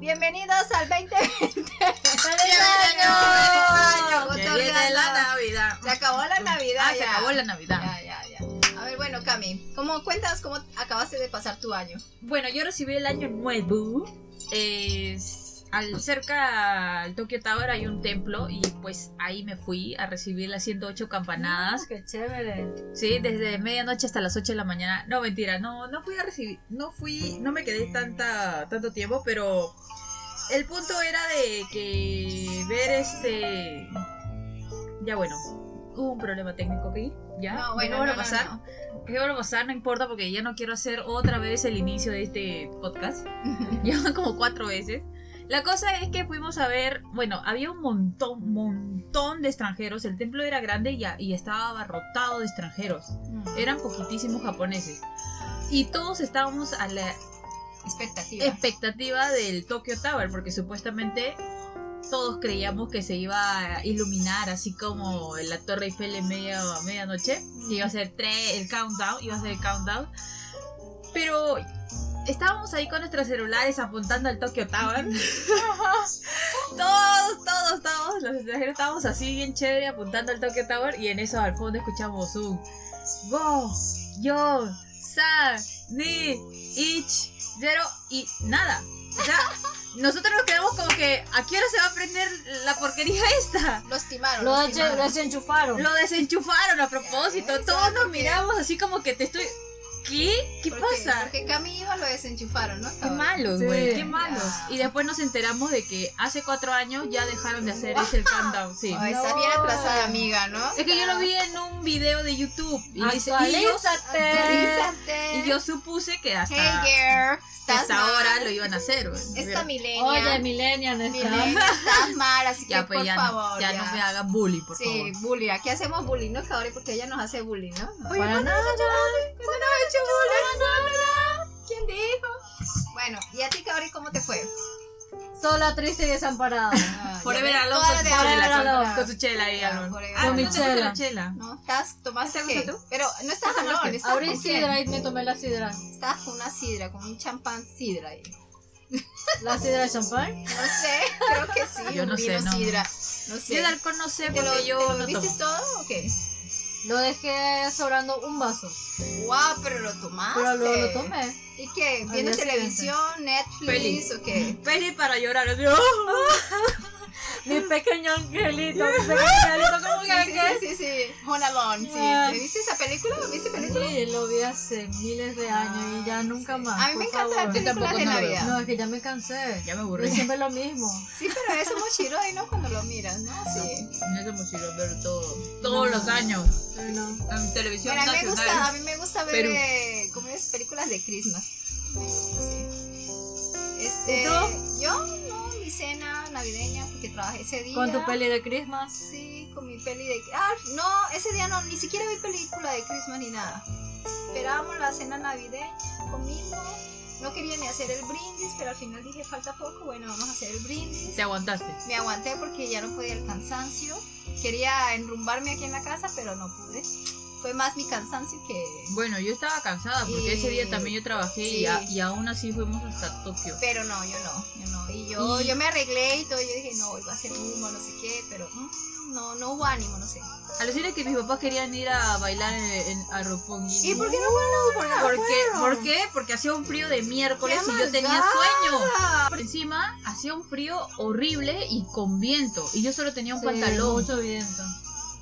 bienvenidos al 2020. año! Otro Ya viene año. la Navidad. Se acabó la Navidad. Ah, se ya. acabó la Navidad. Ya, ya, ya. A ver, bueno, Cami, ¿cómo cuentas cómo acabaste de pasar tu año? Bueno, yo recibí el año nuevo. Es- al, cerca al Tokyo Tower hay un templo y pues ahí me fui a recibir las 108 campanadas. Qué chévere. Sí, desde medianoche hasta las 8 de la mañana. No, mentira, no, no fui a recibir, no fui, no me quedé tanta, tanto tiempo, pero el punto era de que ver este... Ya bueno, hubo un problema técnico aquí, ya. No, ¿Qué bueno, va a no, no, pasar? no. ¿Qué va a pasar? No importa porque ya no quiero hacer otra vez el inicio de este podcast. Llevan como cuatro veces. La cosa es que fuimos a ver, bueno, había un montón, montón de extranjeros. El templo era grande y, a- y estaba abarrotado de extranjeros. Eran poquitísimos japoneses. Y todos estábamos a la Expectativa. Eh, expectativa del Tokyo Tower, porque supuestamente todos creíamos que se iba a iluminar, así como en la Torre Eiffel en media, medianoche, que iba a ser tres, el countdown, iba a ser el countdown. Pero estábamos ahí con nuestros celulares apuntando al Tokyo Tower. todos, todos, todos, los extranjeros estábamos así bien chévere apuntando al Tokyo Tower y en eso al fondo escuchamos un Go, Yo, Sa, Ni, Ich, Zero y nada. O sea, nosotros nos quedamos como que ¿a qué hora se va a prender la porquería esta? Los timaron. Lo los desenchufaron. timaron. Los enchufaron. Lo desenchufaron a propósito. Ya, Todos exacto. nos miramos así como que te estoy. ¿Qué? ¿Qué ¿Por pasa? Porque Cami iba, lo desenchufaron, ¿no? Qué malos, Sí. güey, qué malos. Ya. Y después nos enteramos de que hace cuatro años ya dejaron de hacer ese countdown, sí. Ay, Está No. bien atrasada, amiga, ¿no? Es que yo lo vi en un video de YouTube y, dice, y, yo, Actualízate. Actualízate. y yo supuse que hasta, Hey girl, que estás hasta ahora mal. lo iban a hacer. güey. Esta milenia. Oye, Millennial, está. milenia, estás mal, así que ya, pues por ya, favor. no, ya, no me hagan bullying, por Sí, favor. bullying. Aquí hacemos bullying, ¿no? Kaori? porque ella nos hace bullying, ¿no? Oye, Para ¿cuándo ¿cuándo nada. nos ha hecho bullying? ¿Quién dijo? Bueno, ¿y a ti, Kaori, cómo te fue? Sola, triste y desamparada. Ah, Forever ya ves, Alone toda con su de chela, Forever con- Alone. con su chela ahí, Ya, Alone. Forever Ah, Alone. ¿no te gusta la Chela. chela? No, estás, tomaste ¿Te gusta qué? tú? Pero no estás ¿Qué tomaste? alone, estás Abrí con quién? sidra y me tomé la sidra. Estás con una sidra, con un champán sidra ahí. La sidra de champán. No sé, creo que sí, Yo no un vino sé, no. sidra. No Yo sé. de alcohol no sé, ¿Te lo, porque yo te lo no viste tomo. todo o qué? Lo dejé sobrando un vaso. Guau, pero lo tomaste. Pero luego lo tomé. ¿Y qué? Al ¿Viendo día televisión, Netflix o qué? Peli para llorar. ¡Oh! Mi pequeño angelito, mi pequeño angelito, ¿cómo Sí, que sí, qué? sí, sí, sí. Home Alone, sí. Ah. ¿Te viste esa película? ¿Viste película? Sí, lo vi hace miles de años y ya nunca más. A mí me encanta Ah, por ver favor. películas tampoco de no lo veo. Navidad. No, es que ya me cansé. Ya me Pero aburrí. siempre lo mismo. Sí, pero es mochiro ahí, ¿no? Cuando lo miras, ¿no? Sí. No se mochiló ver todo. Todos los años. Bueno, En televisión Pero a mí me nacional. gusta, a mí me gusta ver Perú. eh, como es películas de Christmas. Me gusta, sí. Este, ¿Y tú? Yo, no, mi cena navideña, porque trabajé ese día. Con tu peli de Christmas. Sí, con mi peli de... Ah, no, ese día no, ni siquiera vi película de Christmas ni nada. Esperábamos la cena navideña, comimos, no quería ni hacer el brindis, pero al final dije, falta poco, bueno, vamos a hacer el brindis. Te aguantaste. Me aguanté porque ya no podía el cansancio. Quería enrumbarme aquí en la casa, pero no pude. Fue más mi cansancio que... Bueno, yo estaba cansada porque Y- ese día también yo trabajé sí. y, a- y aún así fuimos hasta Tokio. Pero no, yo no, yo no. Y yo, Y- yo me arreglé y todo, yo dije, no, iba a hacer humo, no sé qué, pero mm, no, no hubo ánimo, no sé. A lo cierto que mis papás querían ir a bailar en, en a Roppongi. ¿Y por qué no fueron? ¿Por qué? fueron? ¿Por qué? Porque hacía un frío de miércoles ¡Qué y yo tenía amargada! sueño. Por encima hacía un frío horrible y con viento. Y yo solo tenía un Sí, pantalón. Mucho viento.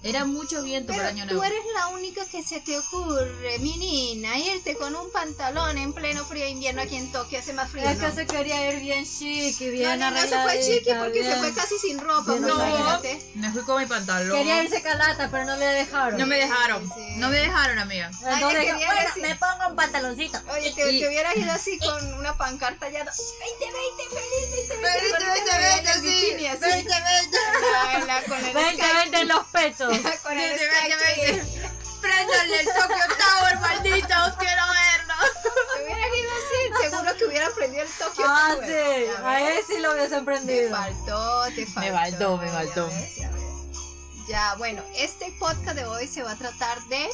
Era mucho viento Pero para Año tú Nuevo. eres la única que se te ocurre, menina, irte con un pantalón en pleno frío de invierno aquí en Tokio, hace más frío. Es ¿no? que se quería ir bien chic y No, bien no, no, se fue arregladita, chiqui porque se bien. fue casi sin ropa, Bien pues, arregladita. imagínate. Me fui con mi pantalón. Quería irse calata, pero no le dejaron. No me dejaron. Sí. No me dejaron, amiga. Entonces, Ay, quería bueno, decir- me pongo un pantaloncito. Oye, te, Y- te hubieras ido así con una pancarta ya, 20, 20, feliz, 20, 20, Vente, con vente, una vente, medalla en sí. bikini, así. Vente, vente. La- la- con el Vente, sky- vente en los pechos. con el Vente, sky vente, tree. vente. Préndale el Tokyo Tower, malditos. Quiero verlo. Te hubieras ido así, seguro que hubieras prendido el Tokio. Ah, Tower. sí. Ya ves. A él sí lo hubiese Te emprendido. faltó, te faltó. faltó, me faltó. Ya, ves, ya ves. Ya, bueno, este podcast de hoy se va a tratar de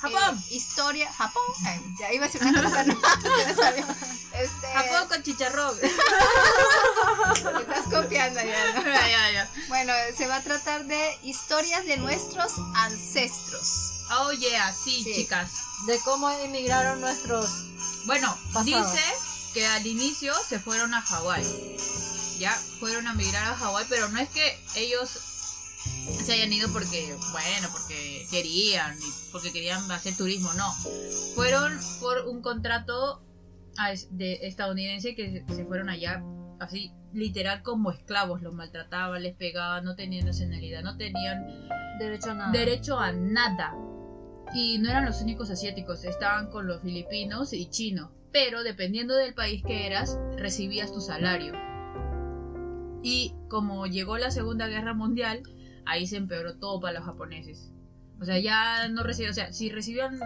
Japón. eh, historia. Japón. Ay, ya iba a decir una cosa, no, ya sabía. Este, Japón con chicharrón. Te estás copiando ya. ¿no? ya, ya, ya. Bueno, se va a tratar de historias de nuestros ancestros. Oh yeah, sí, Sí. chicas. De cómo emigraron nuestros. Bueno, Pasado. dice que al inicio se fueron a Hawái. Ya, fueron a migrar a Hawái, pero no es que ellos se hayan ido porque, bueno, porque querían, y porque querían hacer turismo, no. Fueron por un contrato a- de estadounidense que se fueron allá así literal como esclavos, los maltrataban, les pegaban, no tenían nacionalidad, no tenían Derecho a nada. derecho a nada. Y no eran los únicos asiáticos, estaban con los filipinos y chinos. Pero dependiendo del país que eras, recibías tu salario. Y como llegó la Segunda Guerra Mundial, ahí se empeoró todo para los japoneses. O sea, ya no recibían, o sea, si recibían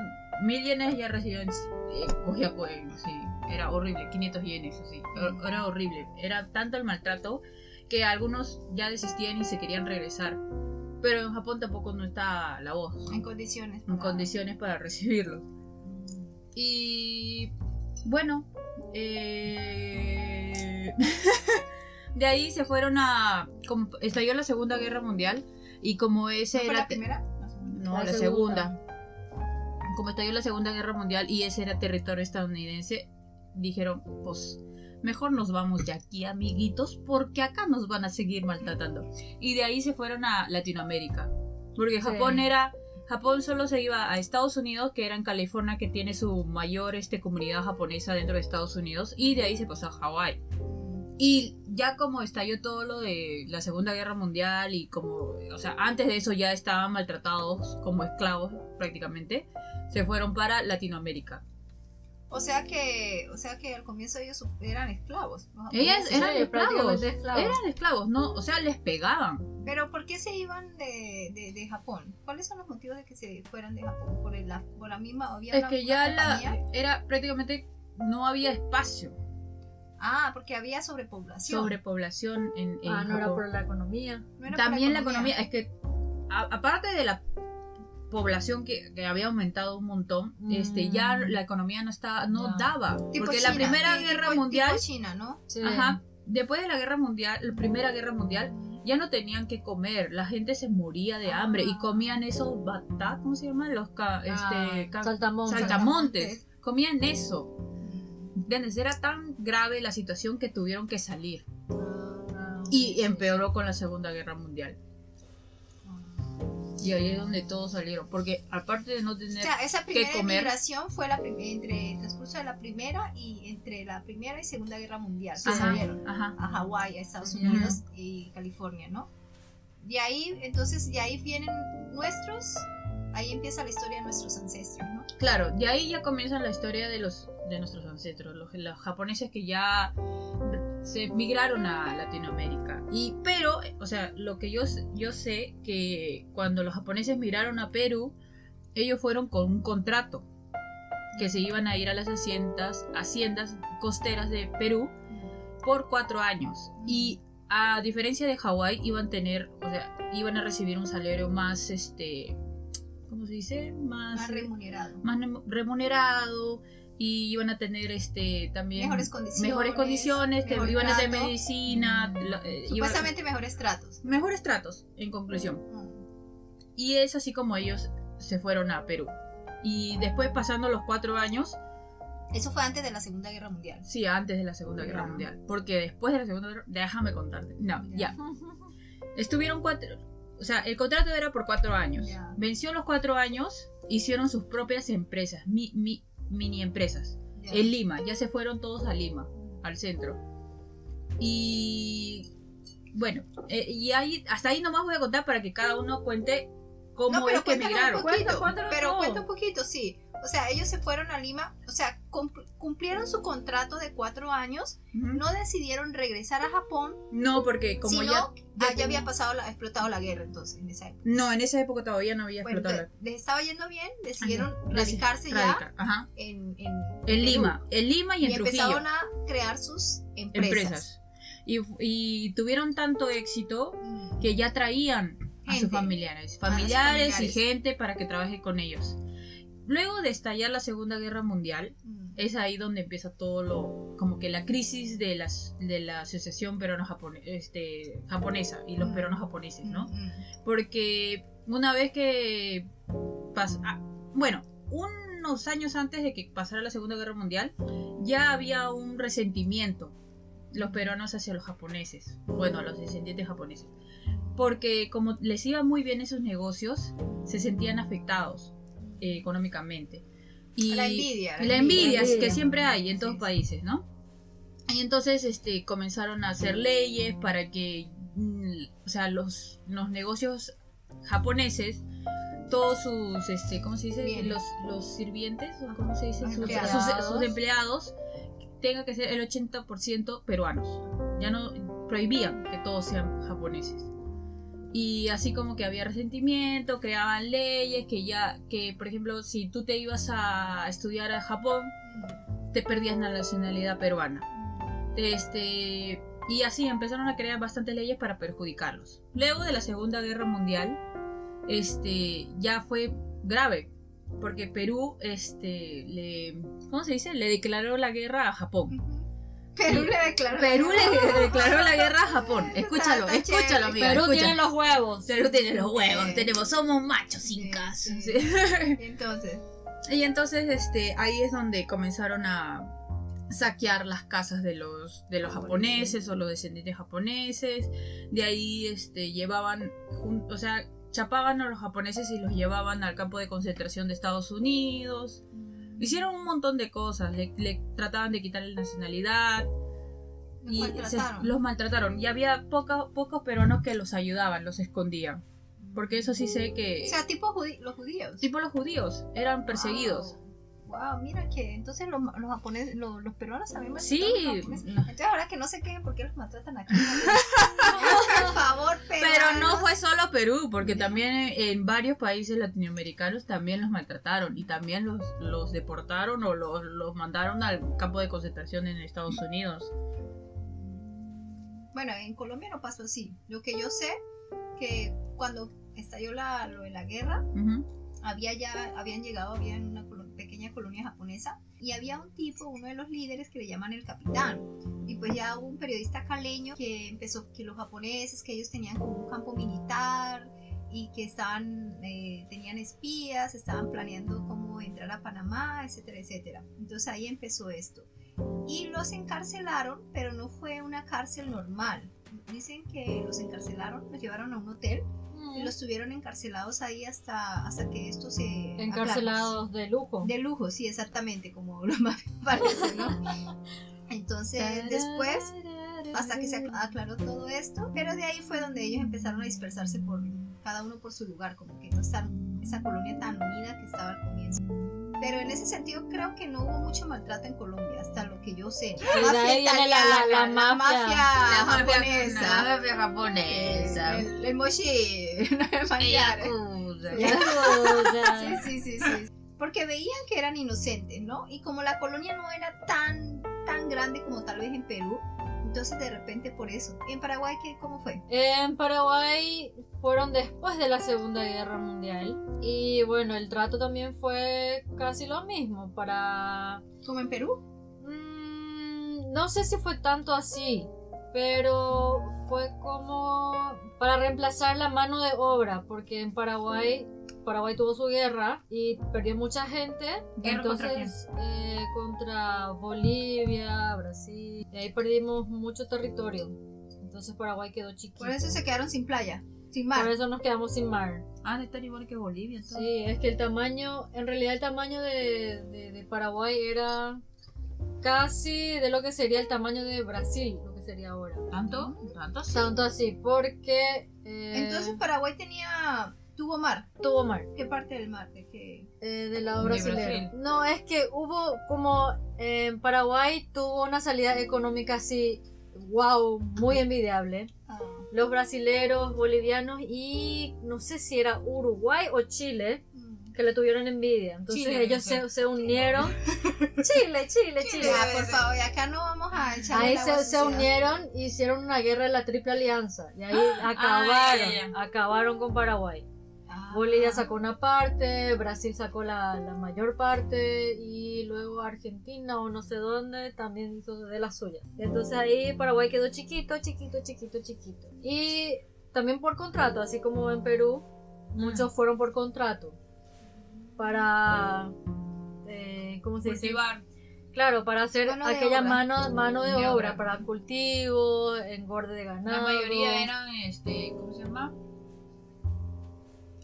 mil yenes, ya recibían, eh, cogía pues, sí, era horrible, 500 yenes, así, era- era horrible. Era tanto el maltrato que algunos ya desistían y se querían regresar. Pero en Japón tampoco no está la voz En condiciones. en para- condiciones para recibirlos. Y bueno, eh, de ahí se fueron a... como Estalló la Segunda Guerra Mundial y como ese ¿Fue era... la te- primera? no, la, La segunda. Como estalló la Segunda Guerra Mundial y ese era territorio estadounidense, dijeron, pues mejor nos vamos de aquí, amiguitos, porque acá nos van a seguir maltratando. Y de ahí se fueron a Latinoamérica, porque Japón era... Japón solo se iba a Estados Unidos, que era en California, que tiene su mayor este, comunidad japonesa dentro de Estados Unidos, y de ahí se pasó a Hawái. Y ya como estalló todo lo de la Segunda Guerra Mundial y como, o sea, antes de eso ya estaban maltratados como esclavos prácticamente, se fueron para Latinoamérica. O sea que, o sea que al comienzo ellos su- eran esclavos. ¿no? Ellas Sí, eran esclavos. prácticamente esclavos. Eran esclavos, ¿no? O sea, les pegaban. Pero ¿por qué se iban de, de, de Japón? ¿Cuáles son los motivos de que se fueran de Japón? Por, el- la, por la misma, había Es una- que una ya la... compañía? Era prácticamente... No había espacio, Ah, porque había sobrepoblación. sobrepoblación en, en Ah, no era Japón. por la economía. No era por También la economía, es que a- aparte de la población que, que había aumentado un montón, Mm. este ya la economía no estaba, no Ya. daba. Tipo porque la China, Primera ti- Guerra pues tipo- Mundial, tipo China, ¿no? Sí. ajá, después de la Guerra Mundial, la Primera Guerra Mundial, ya no tenían que comer, la gente se moría de hambre y Ah. comían esos batá, ¿cómo se llaman? Los ca- este, ca- Ah, Saltamontes. saltamontes, comían eso. ¿Entiendes? Era tan grave la situación que tuvieron que salir Ah, y empeoró con la Segunda Guerra Mundial. Y ahí es donde todos salieron. Porque aparte de no O tener. sea, esa primera comer. emigración fue la prim- entre el transcurso de la primera y entre la primera y segunda guerra mundial. que Ajá. salieron Ajá. a Hawái, a Estados Ujú. Unidos y California, ¿no? De ahí, entonces, de ahí vienen nuestros, ahí empieza la historia de nuestros ancestros, ¿no? Claro, de ahí ya comienza la historia de los de nuestros ancestros, los, los japoneses que ya se migraron a Latinoamérica. Y pero, o sea, lo que yo, s- yo sé que cuando los japoneses migraron a Perú, ellos fueron con un contrato que se iban a ir a las haciendas, haciendas costeras de Perú por cuatro años. Y a diferencia de Hawái, iban a tener, o sea, iban a recibir un salario más, este, ¿cómo se dice? Más, Más remunerado. más nem- remunerado y iban a tener este también Mejores condiciones. mejores condiciones, te- mejor iban a tener trato, medicina, la- eh, iban- Supuestamente mejores tratos. Mm. mejores tratos en conclusión. Y es así como ellos se fueron a Perú. Y después pasando los cuatro años, Eso fue antes de la Segunda Guerra Mundial. sí, antes de la Segunda Guerra Ya. Mundial, porque después de la Segunda Guerra, déjame contarte, no, Ya. ya, Estuvieron cuatro. O sea, el contrato era por cuatro años. Ya. Venció los cuatro años, hicieron sus propias empresas, mi- mi- mini empresas. Ya. En Lima, ya se fueron todos a Lima, al centro. Y. Bueno, eh, y ahí, hasta ahí nomás voy a contar para que cada uno cuente cómo No, pero es que cuéntanos emigraron. un poquito, Cuéntalo, cuéntalo pero todo. cuenta un poquito, sí. O sea, ellos se fueron a Lima, o sea, cum- cumplieron su contrato de cuatro años, Ujú. no decidieron regresar a Japón, No, porque como sino ya. ya ah, ya ten- había pasado, la, explotado la guerra entonces, en esa época. No, en esa época todavía no había Bueno, explotado. entonces, les estaba yendo bien, decidieron Ajá. radicarse la- ya radical. Ajá. en, en, En Perú. Lima. En Lima y y, en Trujillo. empezaron a crear sus empresas. empresas. Y, y tuvieron tanto éxito Mm. que ya traían a sus Gente. familiares, los familiares y familiares. gente para que trabaje con ellos. Luego de estallar la Segunda Guerra Mundial, Mm. es ahí donde empieza todo lo como que la crisis de las de la asociación peruano japonesa este japonesa y los Mm. peruanos japoneses no Mm, mm. porque una vez que pas- ah, bueno unos años antes de que pasara la segunda guerra mundial ya había un resentimiento los peruanos hacia los japoneses bueno a los descendientes japoneses porque como les iba muy bien esos negocios se sentían afectados eh, económicamente y La envidia. la envidia envidia. que siempre hay en todos Sí, sí. países, ¿no? Y entonces este, comenzaron a hacer leyes para que, mm, o sea, los, los negocios japoneses, todos sus, este, ¿cómo se dice? Bien. Los, los sirvientes, o ¿cómo se dice? Sus sus- sus Empleados. empleados. tenga que ser el 80% peruanos. Ya no prohibían que todos sean japoneses. Y así como que había resentimiento, creaban leyes que ya, que por ejemplo, si tú te ibas a estudiar a Japón, te perdías la nacionalidad peruana. Este, y así empezaron a crear bastantes leyes para perjudicarlos. Luego de la Segunda Guerra Mundial, este, ya fue grave, porque Perú, este, le, ¿cómo se dice? Le declaró la guerra a Japón. Ujú. Mm, Perú le declaró. Perú le declaró la guerra a Japón. Escúchalo, Está- está escúchalo, chévere. amiga. Perú escucha. tiene los huevos. Perú tiene los huevos, Sí. tenemos, somos machos Sí, sin caso. sí. Sí. Entonces, Y entonces este, ahí es donde comenzaron a saquear las casas de los, de los japoneses o los descendientes japoneses. De ahí este, llevaban, jun- o sea, chapaban a los japoneses y los llevaban al campo de concentración de Estados Unidos. Hicieron un montón de cosas, le, le trataban de quitar la nacionalidad. nos Y se- maltrataron. los maltrataron. Y había poca- pocos peruanos que los ayudaban, los escondían. Porque eso sí sé que... O sea, tipo judi- los judíos. tipo los judíos, eran perseguidos. Wow, mira que entonces los, los japoneses, los, los peruanos también Sí. maltratan a los japoneses. Entonces ahora que no se quejen por qué los maltratan aquí. Por favor, Pero no peruanos. fue solo Perú, porque también en varios países latinoamericanos también los maltrataron y también los, los deportaron o los, los mandaron al campo de concentración en Estados Unidos. Bueno, en Colombia no pasó así. Lo que yo sé que cuando estalló la, lo de la guerra, Ujú. había ya habían llegado, había en una colo- pequeña colonia japonesa y había un tipo, uno de los líderes que le llaman el capitán. Y pues ya hubo un periodista caleño que empezó que los japoneses, que ellos tenían como un campo militar y que estaban, eh, tenían espías, estaban planeando cómo entrar a Panamá, etcétera, etcétera. Entonces ahí empezó esto. Y los encarcelaron, pero no fue una cárcel normal. Dicen que los encarcelaron, los llevaron a un hotel Mm, y los tuvieron encarcelados ahí hasta, hasta que esto se... aplacó. Encarcelados de lujo. De lujo, sí, exactamente, como lo más parece, ¿no? Entonces, después, hasta que se ac- aclaró todo esto, pero de ahí fue donde ellos empezaron a dispersarse por cada uno por su lugar, como que no están esa colonia tan unida que estaba al comienzo. Pero en ese sentido creo que no hubo mucho maltrato en Colombia, hasta lo que yo sé. de ahí viene la- la- la la mafia. mafia La japonesa. mafia japonesa. El, el mochi, el manjar. Yakuza. Sí. Yakuza. Sí, sí, sí, sí. Porque veían que eran inocentes, ¿no? Y como la colonia no era tan, tan grande como tal vez en Perú, entonces de repente por eso. ¿En Paraguay qué, cómo fue? En Paraguay fueron después de la Segunda Guerra Mundial y bueno, el trato también fue casi lo mismo para... ¿Como en Perú? mm, no sé si fue tanto así, pero fue como para reemplazar la mano de obra, porque en Paraguay... Paraguay tuvo su guerra y perdió mucha gente. ¿Guerra contra entonces, eh, contra Bolivia, Brasil. Y ahí perdimos mucho territorio. Entonces Paraguay quedó chiquito. Por eso se quedaron sin playa, sin mar. Por eso nos quedamos sin mar. Ah, de estar igual que Bolivia. entonces. Sí, es que el tamaño, en realidad el tamaño de, de- de Paraguay era casi de lo que sería el tamaño de Brasil, lo que sería ahora. ¿Tanto? ¿Tanto? sí. Tanto así, porque eh, Entonces Paraguay tenía, tuvo mar. tuvo mar ¿Qué parte del mar? ¿De qué? eh, del lado De brasileño. Brasil. No, es que hubo como en Paraguay tuvo una salida económica así, wow, muy envidiable. Ah, Los brasileros, bolivianos y no sé si era Uruguay o Chile. mm. que le tuvieron envidia. Entonces Chile, ellos debe se, se unieron. Chile, Chile, Chile. Ah, por favor, y acá no vamos a echar Ahí el agua se, se sucia. unieron y hicieron una guerra de la Triple Alianza. Y ahí acabaron, Ah, ya, ya. acabaron con Paraguay. Ah. Bolivia sacó una parte, Brasil sacó la, la mayor parte y luego Argentina o no sé dónde también hizo de la suya. Entonces ahí Paraguay quedó chiquito, chiquito, chiquito, chiquito. Y también por contrato, así como en Perú, muchos fueron por contrato para... eh, ¿Cómo se dice? Cultivar. Claro, para hacer Mano de aquella obra. mano, mano de, De obra, obra. para cultivo, engorde de ganado, La mayoría eran, este, ¿cómo se llama?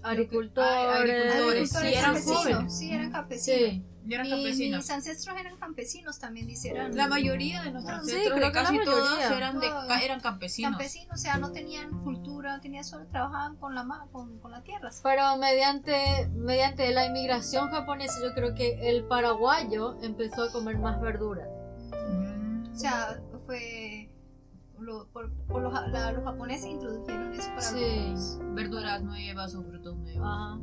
agricultores. agricultores, Agricultores, sí, eran campesinos, jóvenes. sí, eran campesinos. Sí, Yo era Mi- campesina. mis ancestros eran campesinos también, dice, eran La mayoría de nuestros Ah, sí, ancestros, creo de que la casi mayoría. todos, eran, de, Todos. eran campesinos. campesinos, o sea, no tenían cultura, no tenían solo trabajaban con la, ma- con, con la tierra. pero mediante, mediante la inmigración japonesa yo creo que el paraguayo empezó a comer más verduras. Mm. O sea, fue. lo- por, por los, ja- la- los japoneses introdujeron eso para Sí. los- Verduras nuevas o frutos nuevos. Ajá.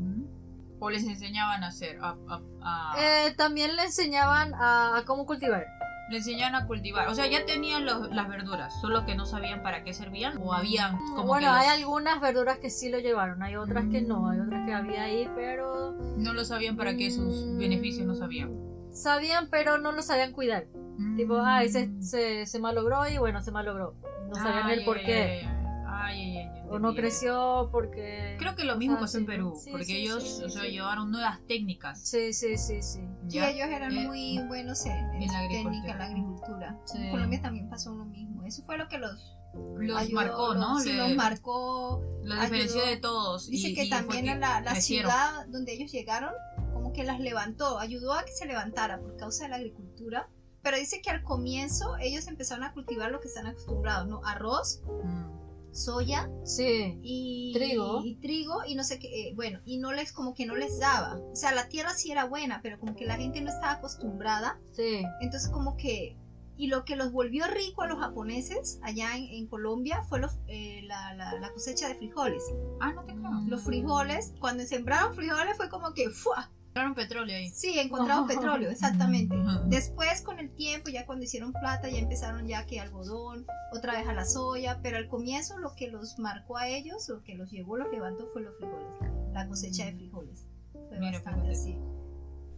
O les enseñaban a hacer, a, a- a- Mm. Eh, también le enseñaban a, a cómo cultivar. le enseñaban a cultivar. O sea, ya tenían los- las verduras, solo que no sabían para qué servían o habían como Mm, bueno, que hay los- algunas verduras que sí lo llevaron, hay otras que no, hay otras que había ahí, pero no lo sabían para qué sus Mm. beneficios, no sabían. sabían, pero no lo sabían cuidar. Mm. Tipo, ay, se, se, se malogró y bueno, se malogró. No sabían Ay, el por ay, qué. ay, ay, ay, ay, ay, O no entendí. creció porque... Creo que lo mismo Ah, pasó en sí. Perú, Sí, porque sí, ellos sí, o sí, sea, sí. llevaron nuevas técnicas. Sí, sí, sí, sí. Sí, ¿ya? ellos eran Eh, muy buenos en, en en la su técnica, agricultura. en la agricultura. Sí. En Colombia también pasó lo mismo. Eso fue lo que los, los ayudó, marcó, los- ¿no? sí, Le- los marcó. los diferenció ayudó. de todos. Dice y- que y fue también en la, la crecieron. ciudad donde ellos llegaron, como que las levantó, ayudó a que se levantara por causa de la agricultura. Pero dice que al comienzo ellos empezaron a cultivar lo que están acostumbrados, ¿no? Arroz, Mm. soya, Sí. y Trigo. y trigo y no sé qué eh, bueno y no les como que no les daba o sea la tierra sí era buena pero como que la gente no estaba acostumbrada Sí. entonces como que y lo que los volvió rico a los japoneses allá en, en Colombia fue los, eh, la, la- la cosecha de frijoles Ah, no te creo. Mm. los frijoles cuando sembraron frijoles fue como que ¡fua! Encontraron petróleo ahí. sí encontraron petróleo exactamente Ujú. Después, con el tiempo, ya cuando hicieron plata, ya empezaron ya que algodón, otra vez a la soya, pero al comienzo lo que los marcó a ellos, lo que los llevó, los levantó fue los frijoles, la cosecha de frijoles. Fue Mira, bastante fíjate. así.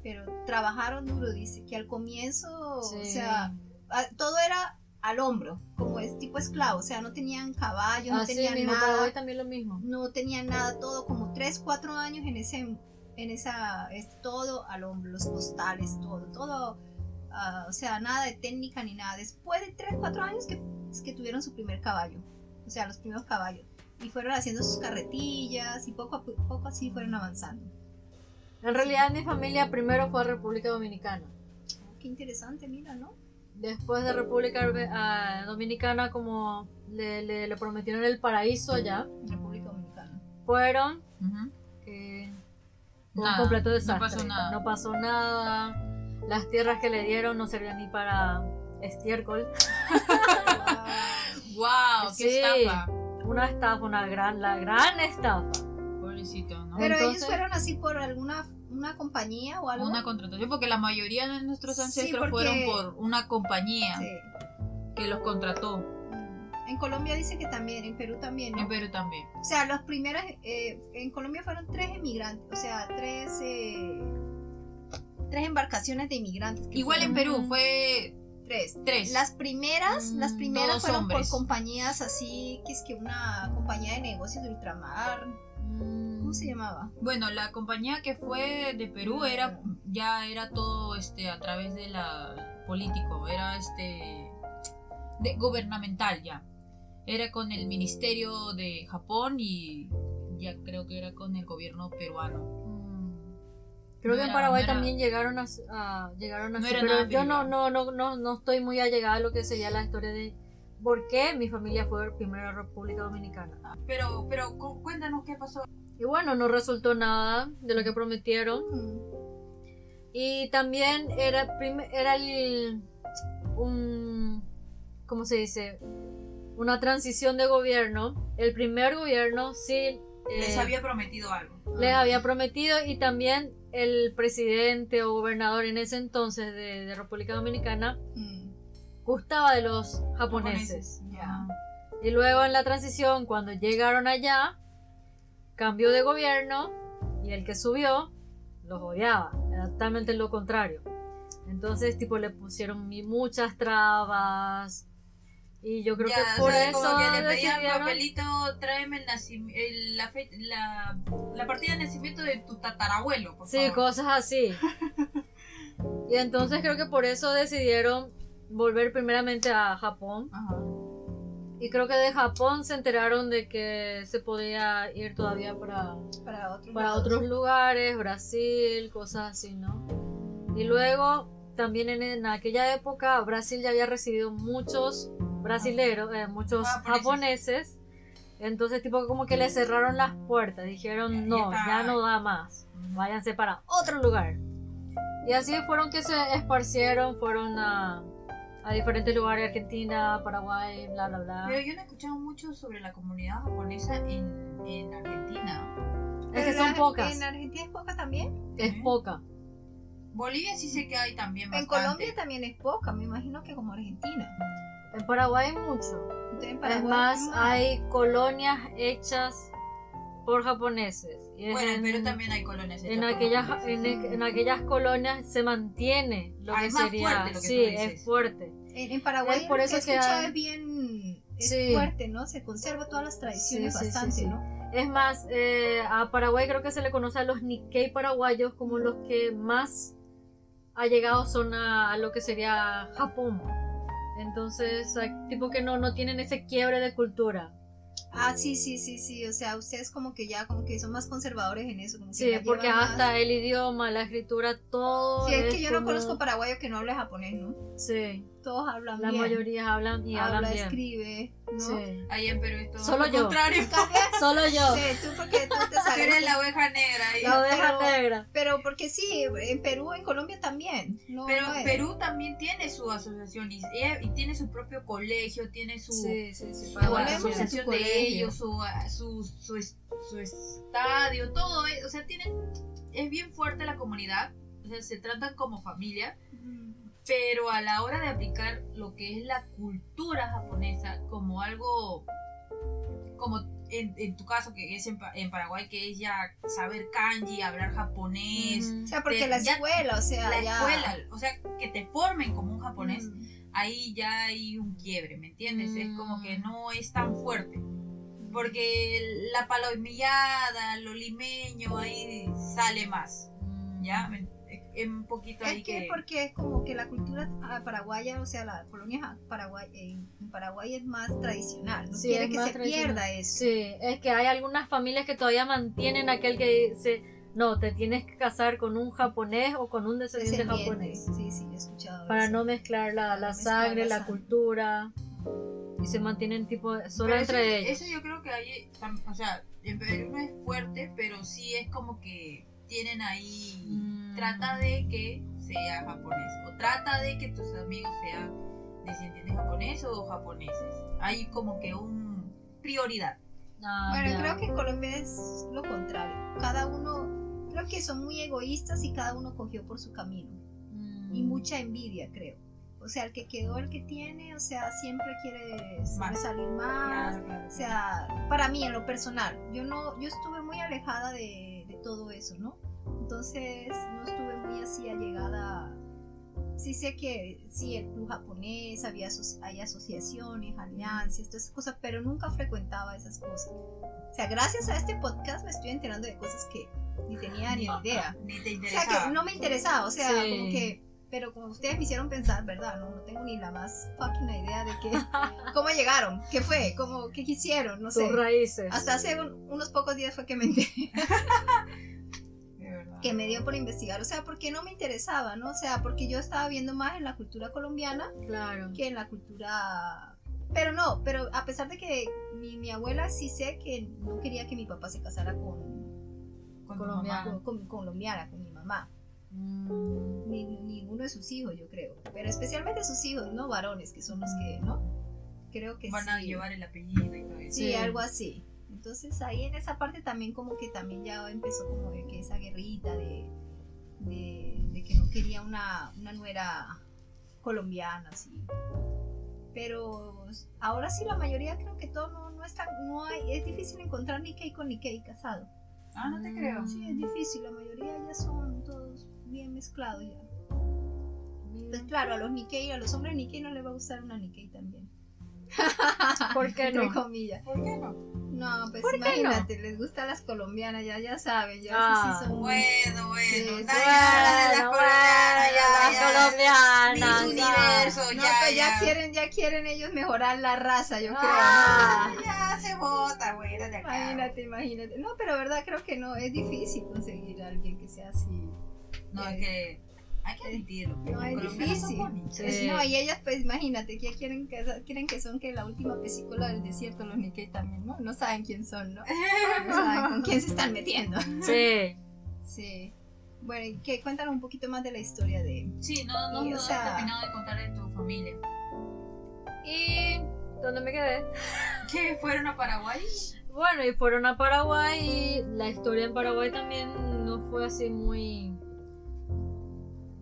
Pero trabajaron duro, dice, que al comienzo, o Sí. sea, a- todo era al hombro, como es tipo esclavo, o sea, no tenían caballo, no Así tenían mismo, nada Paraguay también lo mismo. no tenía nada, todo como 3, 4 años en ese, en esa, es todo al hombro, los costales, todo, todo, ah, o sea, nada de técnica ni nada. Después de 3, 4 años que, es que tuvieron su primer caballo, o sea, los primeros caballos, y fueron haciendo sus carretillas y poco a po- poco así fueron avanzando. En realidad mi familia primero fue a República Dominicana. Qué interesante, mira, ¿no? Después de República Arbe- ah, Dominicana, como le, le- le prometieron el paraíso allá, República Dominicana. fueron Ujú. eh, un Nada, completo no desastre. pasó nada. No pasó nada. Las tierras que le dieron no servían ni para estiércol. ¡Wow! ¡Qué Sí. estafa! Una estafa, una gran, la gran estafa. Pobrecito, ¿no? Pero ellos Entonces- fueron así por alguna una compañía o algo. Una contratación, porque la mayoría de nuestros Sí, ancestros porque- fueron por una compañía Sí. que los contrató. Mm. En Colombia dice que también, en Perú también. ¿no? En Perú también. O sea, los primeros eh, en Colombia fueron tres emigrantes, o sea, tres eh, tres embarcaciones de inmigrantes. que Igual en fueron Perú fue tres. tres. Mm. Las primeras, las Mm, primeras todos fueron hombres. por compañías así, que es que una compañía de negocios de ultramar, Mm, ¿cómo se llamaba? Bueno, la compañía que fue de Perú Ah. era ya era todo este a través de la político, era este de, gubernamental ya. Era con el Ministerio de Japón y ya creo que era con el gobierno peruano. mm. No Creo que en era- Paraguay no era- también llegaron a, a- llegaron a No sí, era pero nada yo no, privado. no, no, no, no estoy muy allegada a lo que sería la historia de por qué mi familia fue primero a República Dominicana. Pero pero cu- cuéntanos qué pasó. Y bueno, no resultó nada de lo que prometieron. Mm, Y también era, prim- era el, un, ¿cómo se dice? Una transición de gobierno. El primer gobierno sí eh, Les había prometido algo. les había prometido y también el presidente o gobernador en ese entonces de, de República Dominicana mm, gustaba de los japoneses. ya. Y luego en la transición, cuando llegaron allá, cambió de gobierno y el que subió los odiaba. Era totalmente lo contrario. Entonces, tipo, le pusieron mi- muchas trabas. Y yo creo Ya, que o por sea, eso como que le pedían decidieron- papelito, tráeme el nacim- el- la, fe- la, la partida de nacimiento de tu tatarabuelo, por Sí, favor. cosas así. y entonces creo que por eso decidieron volver primeramente a Japón. Ajá. Y creo que de Japón se enteraron de que se podía ir todavía para, Para otros. para lados. otros lugares, Brasil, cosas así, ¿no? Y luego también en, en aquella época Brasil ya había recibido muchos brasileros, eh, muchos Ah, por eso. japoneses. Entonces tipo como que le cerraron las puertas, Ya- dijeron ya no, está". ya no da más váyanse para otro lugar. Y así fueron que se esparcieron, fueron a, a diferentes lugares, Argentina, Paraguay, bla, bla, bla. Pero yo no he escuchado mucho sobre la comunidad japonesa en, en Argentina. Es que Pero son en- pocas, En Argentina es poca también. es poca. Bolivia sí sé que hay también En bastante. Colombia también es poca, me imagino que como Argentina. En Paraguay hay mucho. Entonces, en Es Paraguay más, hay colonias hechas por japoneses. Y Bueno, en, pero también hay colonias. en hechas por aquellas, japoneses. en, e-, en aquellas colonias se mantiene lo Ah, que es más sería. fuerte lo que tú sí, dices. es fuerte. En, en Paraguay Es por lo eso que he que escuchado hay- es bien es Sí. fuerte, ¿no? Se conserva todas las tradiciones Sí, sí, sí, bastante, sí. ¿no? Es más, eh, a Paraguay creo que se le conoce a los Nikkei paraguayos como los que más allegados son a, a lo que sería Japón. Entonces, hay tipo que no, no tienen ese quiebre de cultura. Ah, sí, sí, sí, sí. O sea, ustedes como que ya como que son más conservadores en eso. Como que Sí, la porque llevan hasta más- el idioma, la escritura, todo. Sí, es que yo no como- conozco paraguayo que no hable japonés, ¿no? Sí, Todos hablan la bien. mayoría hablan y Habla, hablan bien. escribe, ¿no? Sí. Ahí en Perú es todo e-, Solo lo yo. contrario. Cambia- Solo yo, Sí, tú porque tú te Tú sabes. eres la oveja negra. ahí. la oveja pero- negra. Pero porque sí, en Perú, en Colombia también. No, Pero no es. Perú también tiene su asociación y, eh, y tiene su propio colegio, tiene su, Sí, sí, sí. su Hablemos Paraguay de también. asociación su de colegio. ellos, su, ah, su, su, es- su estadio, todo. eh, O sea, tienen, es bien fuerte la comunidad, o sea, se tratan como familia, Mm, pero a la hora de aplicar lo que es la cultura japonesa como algo, como en, en tu caso que es en, Pa- en Paraguay, que es ya saber kanji, hablar japonés. O Ujú. sea, porque Te- la ya- escuela, o sea, La ya. escuela, o sea, que te formen como un japonés, Mm, ahí ya hay un quiebre, ¿me entiendes? Es como que Mm. no es tan fuerte. Porque el- la palomillada, lo limeño, ahí sale más. Mm. ¿Ya? Me- Es es un poquito ahí Es que que. porque es como que la cultura ah, paraguaya, o sea, la colonia ja- Paraguay, en, en Paraguay es más tradicional, no Sí, quiere es que más se tradicional. pierda eso. Sí, es que hay algunas familias que todavía mantienen aquel que dice, no, te tienes que casar con un japonés o con un descendiente Descendientes, japonés. Sí, sí, yo he escuchado Para eso. no mezclar la, No la mezclar sangre, la la sangre. cultura. Y se mantienen tipo solo Pero eso, entre ellos. eso yo creo que ahí. tam- O sea, en Perú no es fuerte, pero sí es como que tienen ahí. Mm. Trata de que sea japonés. O trata de que tus amigos sean descendientes japoneses o japoneses. Hay como que un. prioridad. Ah, Bueno, ya. creo que en Colombia es lo contrario. Cada uno, creo que son muy egoístas y cada uno cogió por su camino. Mm. Y mucha envidia, creo. O sea, el que quedó, el que tiene, o sea, siempre quiere salir más. O sea, para mí en lo personal, yo no, yo estuve muy alejada de, de todo eso, ¿no? Entonces no estuve muy así allegada. Sí sé que sí el club japonés había aso- hay asociaciones, alianzas, todas esas cosas, pero nunca frecuentaba esas cosas. O sea, gracias a este podcast me estoy enterando de cosas que ni tenía ni idea. Ni te O interesa. sea, que no me interesaba, o sea, Sí. como que... Pero como ustedes me hicieron pensar, ¿verdad? No, no tengo ni la más fucking idea de qué... ¿Cómo llegaron? ¿Qué fue? ¿Cómo, ¿Qué hicieron? No Tus sé. raíces. Hasta hace un- unos pocos días fue que me, enteré- De verdad. que me dio por investigar. O sea, porque no me interesaba, ¿no? O sea, porque yo estaba viendo más en la cultura colombiana Claro. que en la cultura... Pero no, pero a pesar de que mi, mi abuela sí sé que no quería que mi papá se casara con, Con tu Colombiano. mamá. con, con colombiana, con mi mamá. Mm. ni, ninguno de sus hijos, yo creo. Pero especialmente sus hijos, ¿no? Varones, que son los que, ¿no? Creo que Van a sí. llevar el apellido y todo eso. sí, Sí. algo así. Entonces ahí en esa parte también como que también ya empezó como de que esa guerrita de, de, de que no quería una, una nuera colombiana, así. Pero ahora sí la mayoría creo que todo no, no está, no hay, es difícil encontrar Nikkei con Nikkei casado. Ah, no te creo. Sí, es difícil, la mayoría ya son todos bien mezclados ya. Pues claro, a los Nikkei, a los hombres Nikkei no les va a gustar una Nikkei también. ¿Por qué Entre no? comillas. ¿Por qué no? No, pues ¿Por qué no? imagínate, les gustan las colombianas, ya, ya saben, ya Ah. sí son Bueno, bueno. Sí, Nayara de las colombianas, ya, Bueno, bueno, ya. colombianas, Miss ya. Universo, No, ya, pero ya, ya. quieren, ya quieren ellos mejorar la raza, yo Ah. Ya se vota, güey, de acá. creo. Imagínate, imagínate. No, pero verdad creo que no, es difícil conseguir a alguien que sea así. No, es que hay que admitirlo. No, es Colombianos son difícil. bonitos. Pues Sí. no, y ellas pues imagínate, que quieren que quieren que son que la última película del desierto, los Nikkei también, ¿no? No saben quién son, ¿no? No saben con quién se están metiendo. Sí. Sí. Bueno, y que cuéntanos un poquito más de la historia de Sí, no, no, Y, o no has sea- terminado de contar de tu familia. ¿Y dónde me quedé? ¿Qué? ¿Fueron a Paraguay? Bueno, y fueron a Paraguay y la historia en Paraguay también no fue así muy.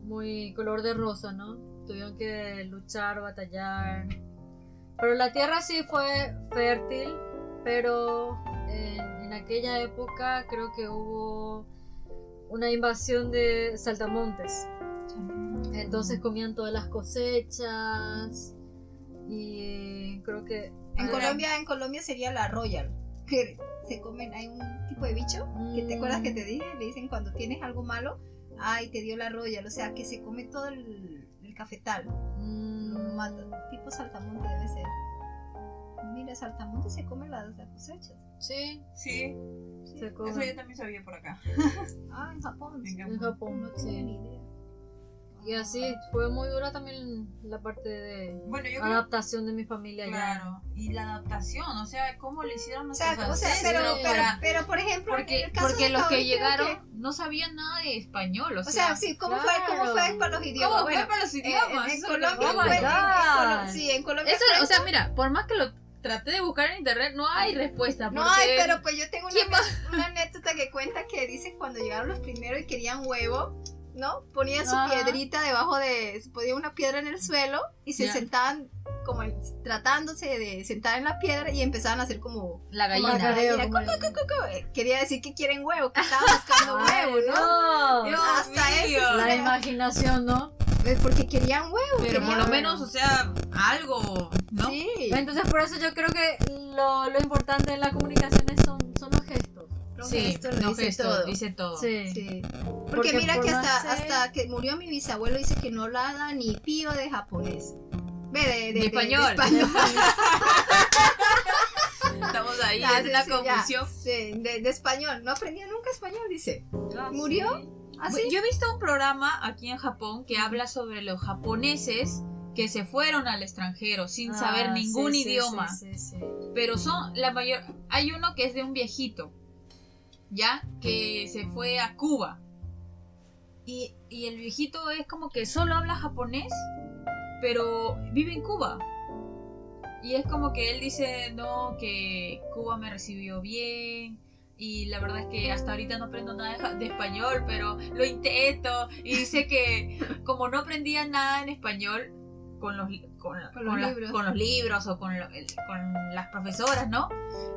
muy color de rosa, ¿no? Tuvieron que luchar, batallar. Pero la tierra sí fue fértil, pero en, en aquella época creo que hubo una invasión de saltamontes. Entonces comían todas las cosechas y creo que... En Ah. Colombia, en Colombia sería la Royal, que se comen hay un tipo de bicho que te acuerdas que te mm, dije, le dicen cuando tienes algo malo, ay, te dio la royal, o sea, que se come todo el, el cafetal, lo Mm, matan, tipo saltamonte debe ser. Mira, saltamonte se come las, las cosechas. Sí, Sí, Sí. eso se yo come también sabía por acá. Ah, en Japón. En en Japón. No tenía Sí. ni idea. Y así fue muy dura también la parte de Bueno, yo creo adaptación de mi familia que allá. claro. Y la adaptación, o sea, ¿cómo le hicieron O los sea, o sea, sí, pero, sí. pero, para... pero, por ejemplo, en Porque, el caso porque de los Hawái, que creo llegaron no sabían nada de español, o o sea, sea, sí, ¿cómo, fue, ¿cómo fue claro. para los ¿cómo idiomas? fue Bueno, para los eh, idiomas? en, en Eso es lo que- Colombia Oh my fue, en- en Colo- God. sí, en Colombia Eso, fue o sea, mira, por más que lo traté de buscar en internet, no hay respuesta. No, porque- ay, pero pues yo tengo una, ¿Quién va? una anécdota que cuenta que dice cuando llegaron los primeros y querían huevo, ¿no? Ponían su Ajá. piedrita debajo de, se podía una piedra en el suelo y se Ya. sentaban como en- tratándose de sentar en la piedra y empezaban a hacer como La como gallina. la gallina. Macareo, como el- "Cucu", eh, Quería decir que quieren huevo, que estaban buscando huevo, ¿no? ¡Ay, Dios! Hasta mío. eso. La imaginación, ¿no? Es Porque querían huevo. Pero querían por lo huevo. menos, o sea, algo, ¿no? Sí. Entonces por eso yo creo que lo, lo importante en la comunicación es- son, son los gestos. Los Sí, gestos lo los dice gestos, todo. dice todo. Sí. Sí. Porque, Porque mira por que más hasta, ser- hasta que murió mi bisabuelo dice que no la da ni pío de japonés. Ve, de, de, De español. español. Estamos ahí Ah, en sí, una sí, ya. confusión. Sí, de, de español. No aprendió nunca español, dice. ¿Murió? ¿Ah, Así. Yo he visto un programa aquí en Japón que habla sobre los japoneses que se fueron al extranjero sin saber Ah, ningún sí, sí, idioma. sí, sí, sí. Pero son la mayor. Hay uno que es de un viejito, ¿ya? Que se fue a Cuba. Y, y el viejito es como que solo habla japonés, pero vive en Cuba. Y es como que él dice, no, que Cuba me recibió bien. Y la verdad es que hasta ahorita no aprendo nada de ja- de español, pero lo intento. Y dice que como no aprendía nada en español con los, li- con, Con los con las- libros. con los libros o con, lo- el- con las profesoras, ¿no?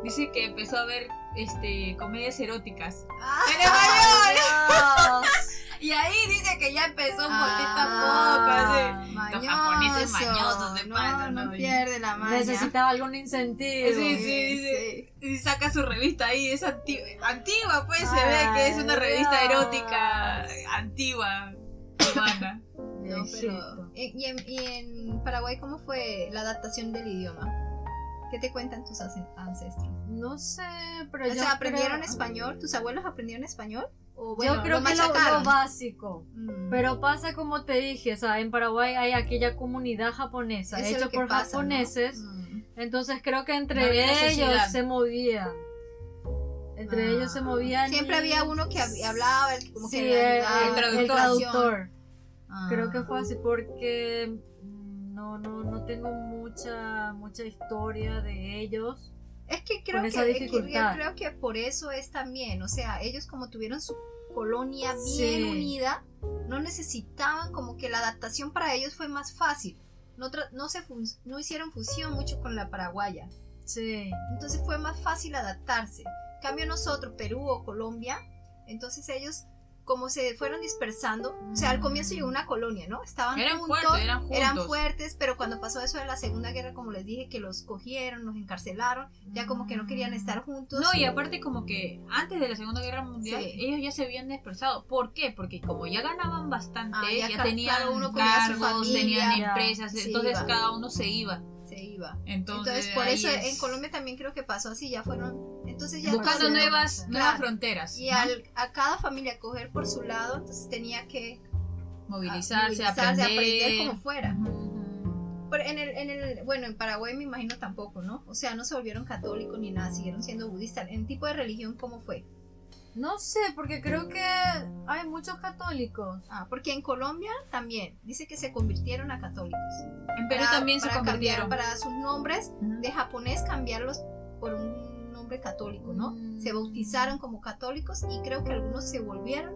Dice que empezó a ver este, comedias eróticas. Ah, ¡En español! ¡Ay, Y ahí dice que ya empezó un poquito a poco. así. Dios! Ah, mañoso. japoneses mañosos de no, paso, no ¿no? pierde la maña. Necesitaba algún incentivo. Sí, Sí, sí, sí. Y saca su revista ahí, es antigua, antigua pues se ve Ay, que es una revista Dios. erótica antigua, cubana. No, pero, ¿y, en, ¿Y en Paraguay cómo fue la adaptación del idioma? ¿Qué te cuentan tus ance- ancestros? No sé, pero o yo sea, ¿aprendieron creo- español? ¿Tus abuelos aprendieron español? ¿O yo creo que lo, lo machacaron? básico. Mm. Pero pasa como te dije, o sea, en Paraguay hay aquella comunidad japonesa, Eso es hecho lo que por pasa, ¿no? japoneses, Mm. entonces creo que No entre había ellos necesidad. se movían. Entre Ah. ellos se movían. Siempre y- había uno que hab- hablaba, el que como Sí, que el, le ayudaba. el- el el traducción. traductor. Ah. Creo que fue así porque mm, no, no, no tengo mucha, mucha historia de ellos. Es que creo con que, esa es que dificultad. creo que por eso es también, o sea, ellos como tuvieron su colonia bien Sí. unida, no necesitaban como que la adaptación para ellos fue más fácil. no, tra- no, se fun- no hicieron fusión mucho con la paraguaya. Sí. Entonces fue más fácil adaptarse. En Cambio nosotros, Perú o Colombia, entonces ellos como se fueron dispersando, o sea, al comienzo llegó una colonia, ¿no? Estaban Eran juntos, fuertes, eran juntos. eran fuertes, pero cuando pasó eso de la Segunda Guerra, como les dije, que los cogieron, los encarcelaron, ya como que no querían estar juntos. No, y aparte como que antes de la Segunda Guerra Mundial Sí. ellos ya se habían dispersado. ¿Por qué? Porque como ya ganaban bastante, Ah, ya ya, ca- tenían cada uno comía su cargos, familia, tenían ya. empresas, Se entonces iba. cada uno se iba. se iba. Entonces, Entonces, por ahí eso es- en Colombia también creo que pasó así, ya fueron, entonces ya Buscando cada- buscando nuevas, Claro. nuevas fronteras, y al- a cada familia coger por su lado, entonces tenía que movilizarse, a- movilizarse, aprender aprender. como fuera. Ujú. Pero en el, en el, bueno, en Paraguay me imagino tampoco, ¿no? O sea, no se volvieron católicos ni nada, siguieron siendo budistas. ¿En tipo de religión cómo fue? No sé, porque creo que hay muchos católicos. Ah, porque en Colombia también dice que se convirtieron a católicos. En Perú Para- también se para cambiar- convirtieron. para sus nombres Ujú. de japonés cambiarlos por un nombre católico, ¿no? Mm. Se bautizaron como católicos y creo que algunos se volvieron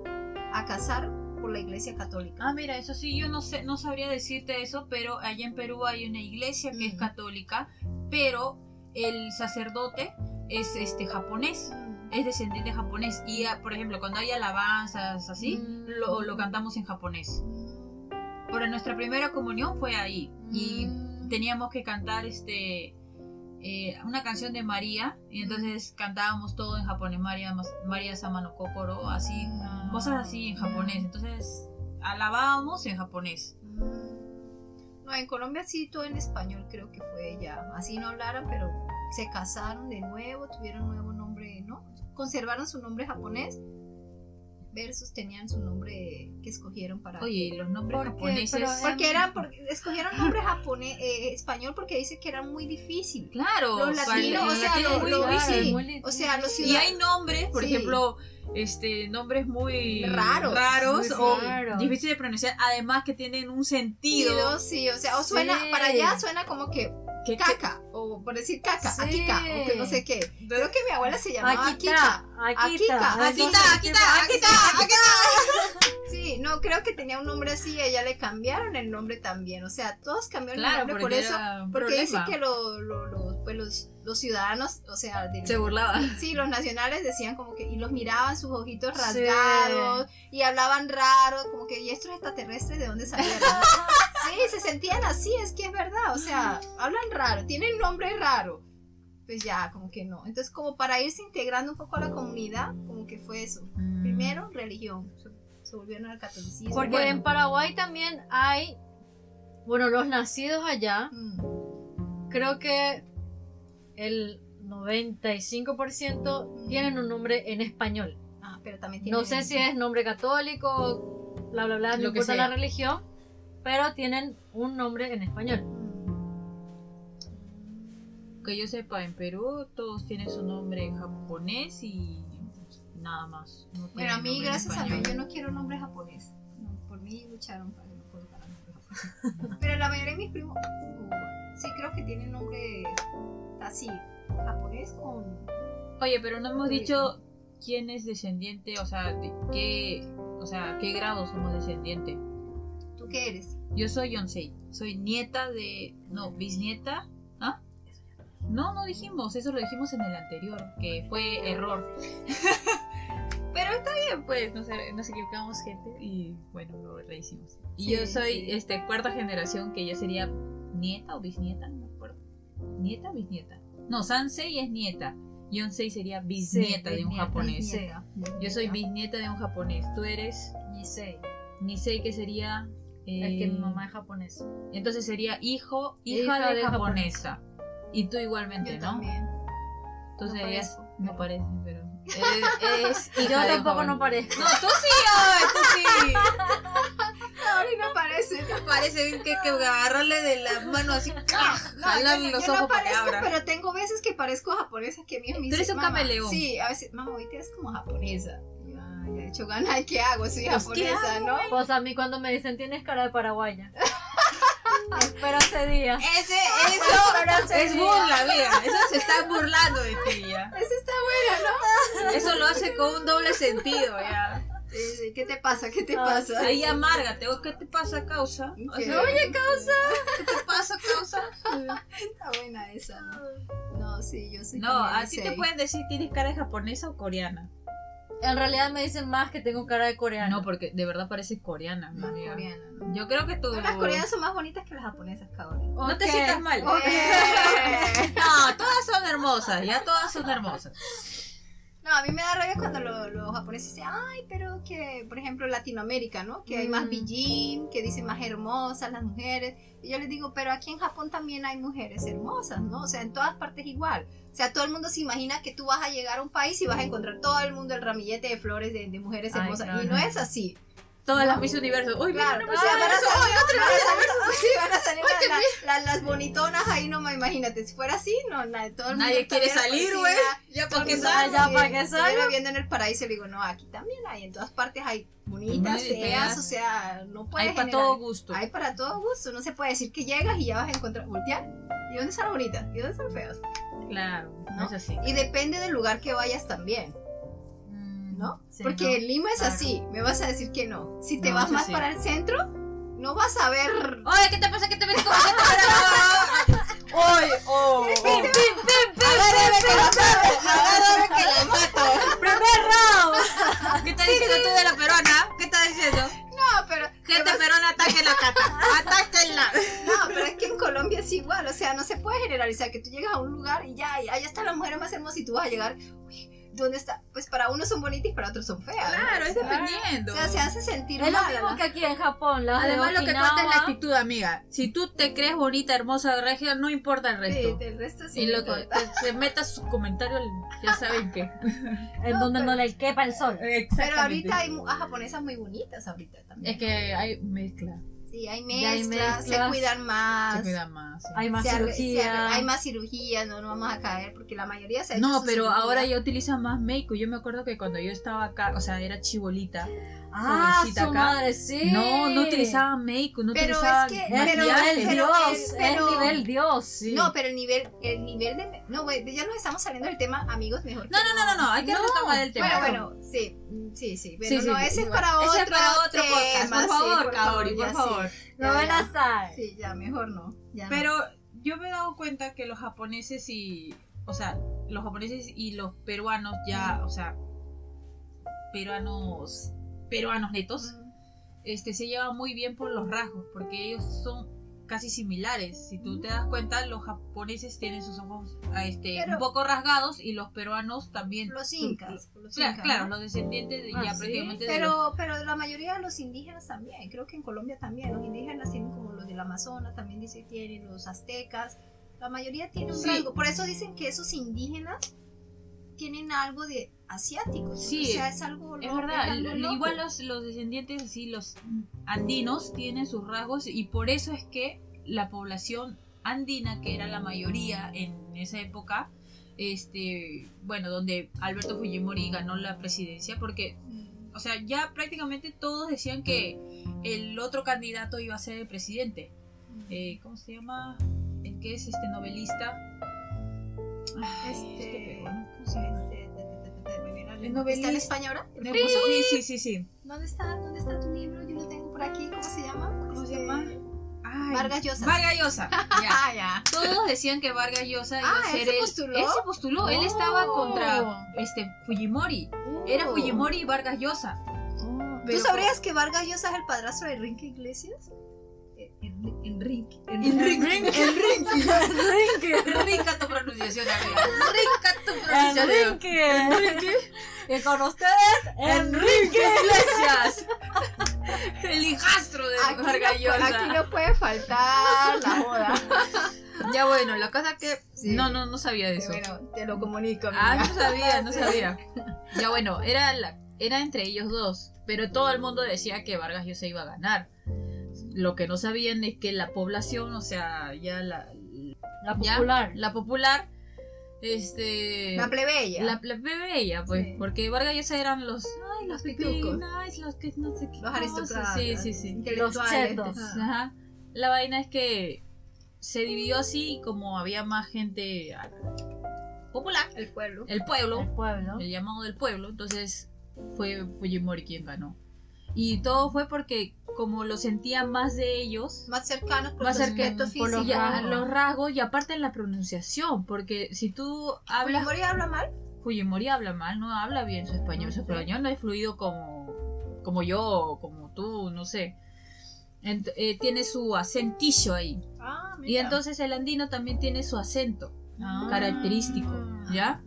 a casar por la iglesia católica. Ah, mira, eso sí, yo no sé, no sabría decirte eso, pero allá en Perú hay una iglesia que es Mm. católica, pero el sacerdote es este japonés, es descendiente japonés. Y ah, por ejemplo, cuando hay alabanzas así, Mm. lo, lo cantamos en japonés. Pero nuestra primera comunión fue ahí. Y Mm. teníamos que cantar este eh, una canción de María. Y entonces cantábamos todo en japonés, María, Mas- María Samano Kokoro, así Ah. cosas así en japonés. Entonces, alabábamos en japonés. Mm. No, en Colombia sí todo en español creo que fue ya. Así no hablaran, pero se casaron de nuevo, tuvieron nuevo nombre, ¿no? Conservaron su nombre japonés versus tenían su nombre que escogieron para... Oye, y los nombres ¿Por qué? japoneses. Pero- Porque eh, eran, porque escogieron nombre japonés, eh, español porque dice que era muy difícil. Claro, Los para- latinos, o los sea, latinos lo, muy lo- difícil. sí, muy o sea, los Y hay ciudadanos. nombres, por Sí. ejemplo, este nombres muy Raros. raros Muy o raros. difíciles de pronunciar, además que tienen un sentido. Sí, o sea, o suena, Sí. para allá suena como que Que, que- caca, o por decir caca, Sí. akika, o que no sé qué. Creo que mi abuela se llamaba Aquí Akika. está, aquí está. Aquí Akita, está, Akita, Akita, Sí, no, creo que tenía un nombre así y a ella le cambiaron el nombre también. O sea, todos cambiaron el Claro, nombre porque por eso. era un Porque dice problema. que lo- lo- lo- pues los, los ciudadanos, o sea, de- se burlaba. sí, los nacionales decían como que, y los miraban sus ojitos rasgados y hablaban raro, como que, ¿y estos extraterrestres de dónde salieron? sí, se sentían así, es que es verdad, o sea, hablan raro, tienen nombre raro. Pues ya, como que no. Entonces, como para irse integrando un poco a la comunidad, como que fue eso. Primero, religión. Se, se volvieron al catolicismo. Porque Bueno. en Paraguay también hay, bueno, los nacidos allá, Mm, creo que el 95% tienen un nombre en español. Ah, pero también tienen. No sé si es nombre católico, bla, bla, bla, no Lo que importa sea. la religión, pero tienen un nombre en español. Mm, Que yo sepa, en Perú todos tienen su nombre en japonés y nada más. no tienen Bueno, a mí, nombre en gracias a español. Dios, yo no quiero nombre japonés. No, por mí lucharon para que no colocaran nombre japonés. Pero la mayoría de mis primos, uh, sí creo que tienen nombre así, japonés con... Oye, pero no hemos dicho quién es descendiente, o sea, de qué, o sea, qué grado somos descendiente. ¿Tú qué eres? Yo soy Yonsei, soy nieta de, no, bisnieta, ¿ah? No, no dijimos, eso lo dijimos en el anterior, que fue error. pero está bien, pues, nos, nos equivocamos gente y bueno, lo rehicimos. Y Sí, yo soy sí. este cuarta generación que yo sería nieta o bisnieta, no me acuerdo. Nieta o bisnieta. No, Sansei es nieta. Yonsei sería bisnieta de un bisnieta, japonés. Bisnieta. Yo soy bisnieta de un japonés. Tú eres Nisei, Nisei, que sería. eh, es que mi mamá es japonesa. Entonces sería hijo, hija, Hija de, de japonesa. Y tú Yo igualmente, ¿no? también. Entonces No serías- parezco, No parece, pero. Eres, eres Y yo hija de tampoco japonés. no parezco. No, tú sí, ay, tú sí. Ahora no parece. Parece que, que agarrarle de la mano así. No, jalarle yo, no- yo los no ojos para que parezco, abra. pero tengo veces que parezco japonesa que mi Tú eres un camaleón. Sí, a veces, mamá, hoy te ves como japonesa. Y yo, Ay, de hecho, gana, ¿qué hago? Soy Pues, ¿qué japonesa, ¿no? Pues a mí cuando me dicen tienes cara de paraguaya. Espero ese día. Ese, eso Espero ese es día. burla, mira. Eso se está burlando de ti ya. Eso está bueno, ¿no? Eso lo hace con un doble sentido ya. Eh, ¿Qué te pasa? ¿Qué te Ah, pasa? Ahí amárgate, o, ¿qué te pasa, causa? O ¿Qué? sea, oye, causa, ¿qué te pasa, causa? Está buena esa, ¿no? No, sí, yo soy No, también a ti te seis. pueden decir, ¿tienes cara de japonesa o coreana? En realidad me dicen más que tengo cara de coreano. No, porque de verdad pareces coreana, mi No, amiga. coreana, ¿no? Yo creo que tú... No, las coreanas son más bonitas que las japonesas, cabrón. No te Ok. sientas mal. Eh. No, todas son hermosas, ya todas son hermosas. No, a mí me da rabia cuando lo- los japoneses dicen, ay, pero que, por ejemplo, Latinoamérica, ¿no? Que hay más Mm. bijim, que dicen más hermosas las mujeres. Y yo les digo, pero aquí en Japón también hay mujeres hermosas, ¿no? O sea, en todas partes igual. O sea, todo el mundo se imagina que tú vas a llegar a un país y vas a encontrar todo el mundo el ramillete de flores de, de mujeres Ay, hermosas. no, y no, no. es así. Todas las mis universos. Uy, mira, Claro, una o sea, persona van a hermosa. salir, van a salir- sí, van a salir la- la- la- las bonitonas ahí nomás, imagínate, si fuera así, no, na- todo el mundo Nadie quiere estaría pues, salir, parecida, güey. Ya porque mundo- sabes. ya para que salga. Estuviera viendo eh, en el paraíso y le digo, no, aquí también hay, en todas partes hay bonitas, Muy feas, feas. o sea, no puedes Hay para general- todo gusto. Hay para todo gusto, no se puede decir que llegas y ya vas a encontrar, voltear, ¿y dónde están las bonitas? ¿Y dónde están feas? Claro, ¿No? no es así. Y depende del lugar que vayas también, Mm. ¿no? Sí, Porque no. en Lima es Claro. así, me vas a decir que no. Si te No, vas eso más sí. para el centro, no vas a ver Oye, ¿qué te pasa? ¿Qué te metes con Oye, oh, pim, pim, pim, pim, Agárrame pim, que la pim. mato, agárrame que la mato. Primer round. ¿Qué estás diciendo tú de la perona? ¿Qué estás diciendo? No, pero Gente pero- perona, ataquen la cata. Atáquenla. no, pero es que en Colombia es igual, o sea, no se puede generalizar que tú llegas a un lugar y ya, y allá está la mujer más hermosa y tú vas a llegar, uy, ¿dónde está? Pues para unos son bonitas y para otros son feas. ¿no? Claro, es O sea, dependiendo. O sea, se hace sentir Es lo mal, mismo ¿no? que aquí en Japón. Las de Además, lo que Okinawa. cuenta es la actitud, amiga. Si tú te crees bonita, hermosa, regia, no importa el Sí, resto. del resto sí. Y no lo que importa. se meta su comentario, ya saben qué. En donde no le quepa el eh, sol. Pero ahorita hay mu- a japonesas muy bonitas ahorita también. Es que hay mezcla. Sí, hay Ya hay mezclas, se mezclas. cuidan más. Se cuida más. sí. Hay más se arre- se arre- cirugía. hay más cirugías, no, no vamos a caer porque la mayoría se ha hecho No, su pero cirugía. ahora ya utilizan más make Yo me acuerdo que cuando yo estaba acá, o sea, era chibolita. Ah, su Pobrecita acá. madre, sí. No, no utilizaban make no Pero es utilizaban que- Es Pero- maquillaje. nivel pero- Dios. pero- Es nivel Dios. Sí. No, pero el nivel, el nivel de... No, güey, ya nos estamos saliendo del tema, amigos, mejor. No, no, no, no, no, hay que No. retomar el tema. Bueno, bueno, sí, mm, sí, sí. Pero Sí, sí, no, sí, ese es igual. para otro, Ese es para otro podcast, tema, por favor, Kaori, ya por sí. favor. Lo Ya, van ya. a saber. Sí, ya, mejor no. ya no. Pero yo me he dado cuenta que los japoneses y, o sea, los japoneses y los peruanos ya, o sea, peruanos, peruanos netos, Mm, este, se llevan muy bien por los rasgos, porque ellos son casi similares. Si tú te das cuenta, los japoneses tienen sus ojos ah, este, Pero- un poco rasgados y los peruanos también. los Su- incas. los Claro, incas, claro, ¿no? los descendientes de- Ah, ya ¿sí? prácticamente de los- Pero, pero la mayoría de los indígenas también, creo que en Colombia también, los indígenas tienen como los del Amazonas, también dice que tienen los aztecas, la mayoría tiene un Sí. rasgo, por eso dicen que esos indígenas tienen algo de asiático, Sí, o sea, es algo Es loco, verdad, algo l- loco. igual los, los descendientes, así, los andinos tienen sus rasgos y por eso es que la población andina, que era la mayoría en esa época, este, bueno, donde Alberto Fujimori ganó la presidencia, porque, Mm. o sea, ya prácticamente todos decían que el otro candidato iba a ser el presidente. Eh, ¿Cómo se llama? El que es este novelista. Ay, Este, peruano, ¿cómo se llama? Este, te- te- te- te- me viene al- El ¿Está en novelista. España ahora? Sí, sí, sí, sí. ¿Dónde está, ¿Dónde está tu libro? Yo lo tengo por aquí. ¿Cómo se llama? ¿Cómo se Este, llama? Ay, Vargas Llosa. Vargas Llosa, ya. Ah, ya. Todos decían que Vargas Llosa iba Ah, a ¿él ser se el- postuló? Él se postuló, él estaba Oh. contra este Fujimori. Era Uh. Fujimori y Vargas Llosa. ¿Tú Oh. Pero- sabrías que Vargas Llosa es el padrastro de Enrique Iglesias? Eh, Enri- Enrique. Enrique. Rica tu pronunciación, amiga. Rica tu Ah, pronunciación. Enrique. Y con ustedes, Enrique. Gracias. El hijastro de Aquí no, Vargas pu- Llosa. aquí no puede faltar la joda. Ya bueno, la cosa que Sí. no no no sabía de Eh, eso. Bueno, te lo comunico. Ah, amiga. no sabía, no Sí. sabía. Ya bueno, era, la- era entre ellos dos, pero todo el mundo decía que Vargas Llosa iba a ganar. Lo que no sabían es que la población, o sea, ya la, La ya, popular. la popular, este... La plebeya. La, la plebeya, pues, Sí. porque Vargas Llosa eran los... Ay, Los los pitucos. pipinais, los que no sé qué los cosa. aristócratas. Sí, sí, sí. intelectuales. chetos. este, Ajá. Ajá. La vaina es que se dividió así y como había más gente ah, popular, El pueblo. el pueblo, El pueblo. el llamado del pueblo. Entonces, fue Fujimori quien ganó. Y todo fue porque como lo sentía más de ellos, Más cercanos por Más su cercanos, aspecto por físico. los y a- rasgos. los rasgos y aparte en la pronunciación, porque si tú hablas Fujimori habla mal? Fujimori habla mal, no habla bien su español. Su español no es fluido como, como yo, o como tú, no sé. Ent- eh, tiene su acentillo ahí. Ah, Y mira. entonces el andino también tiene su acento Ah. característico, ¿ya?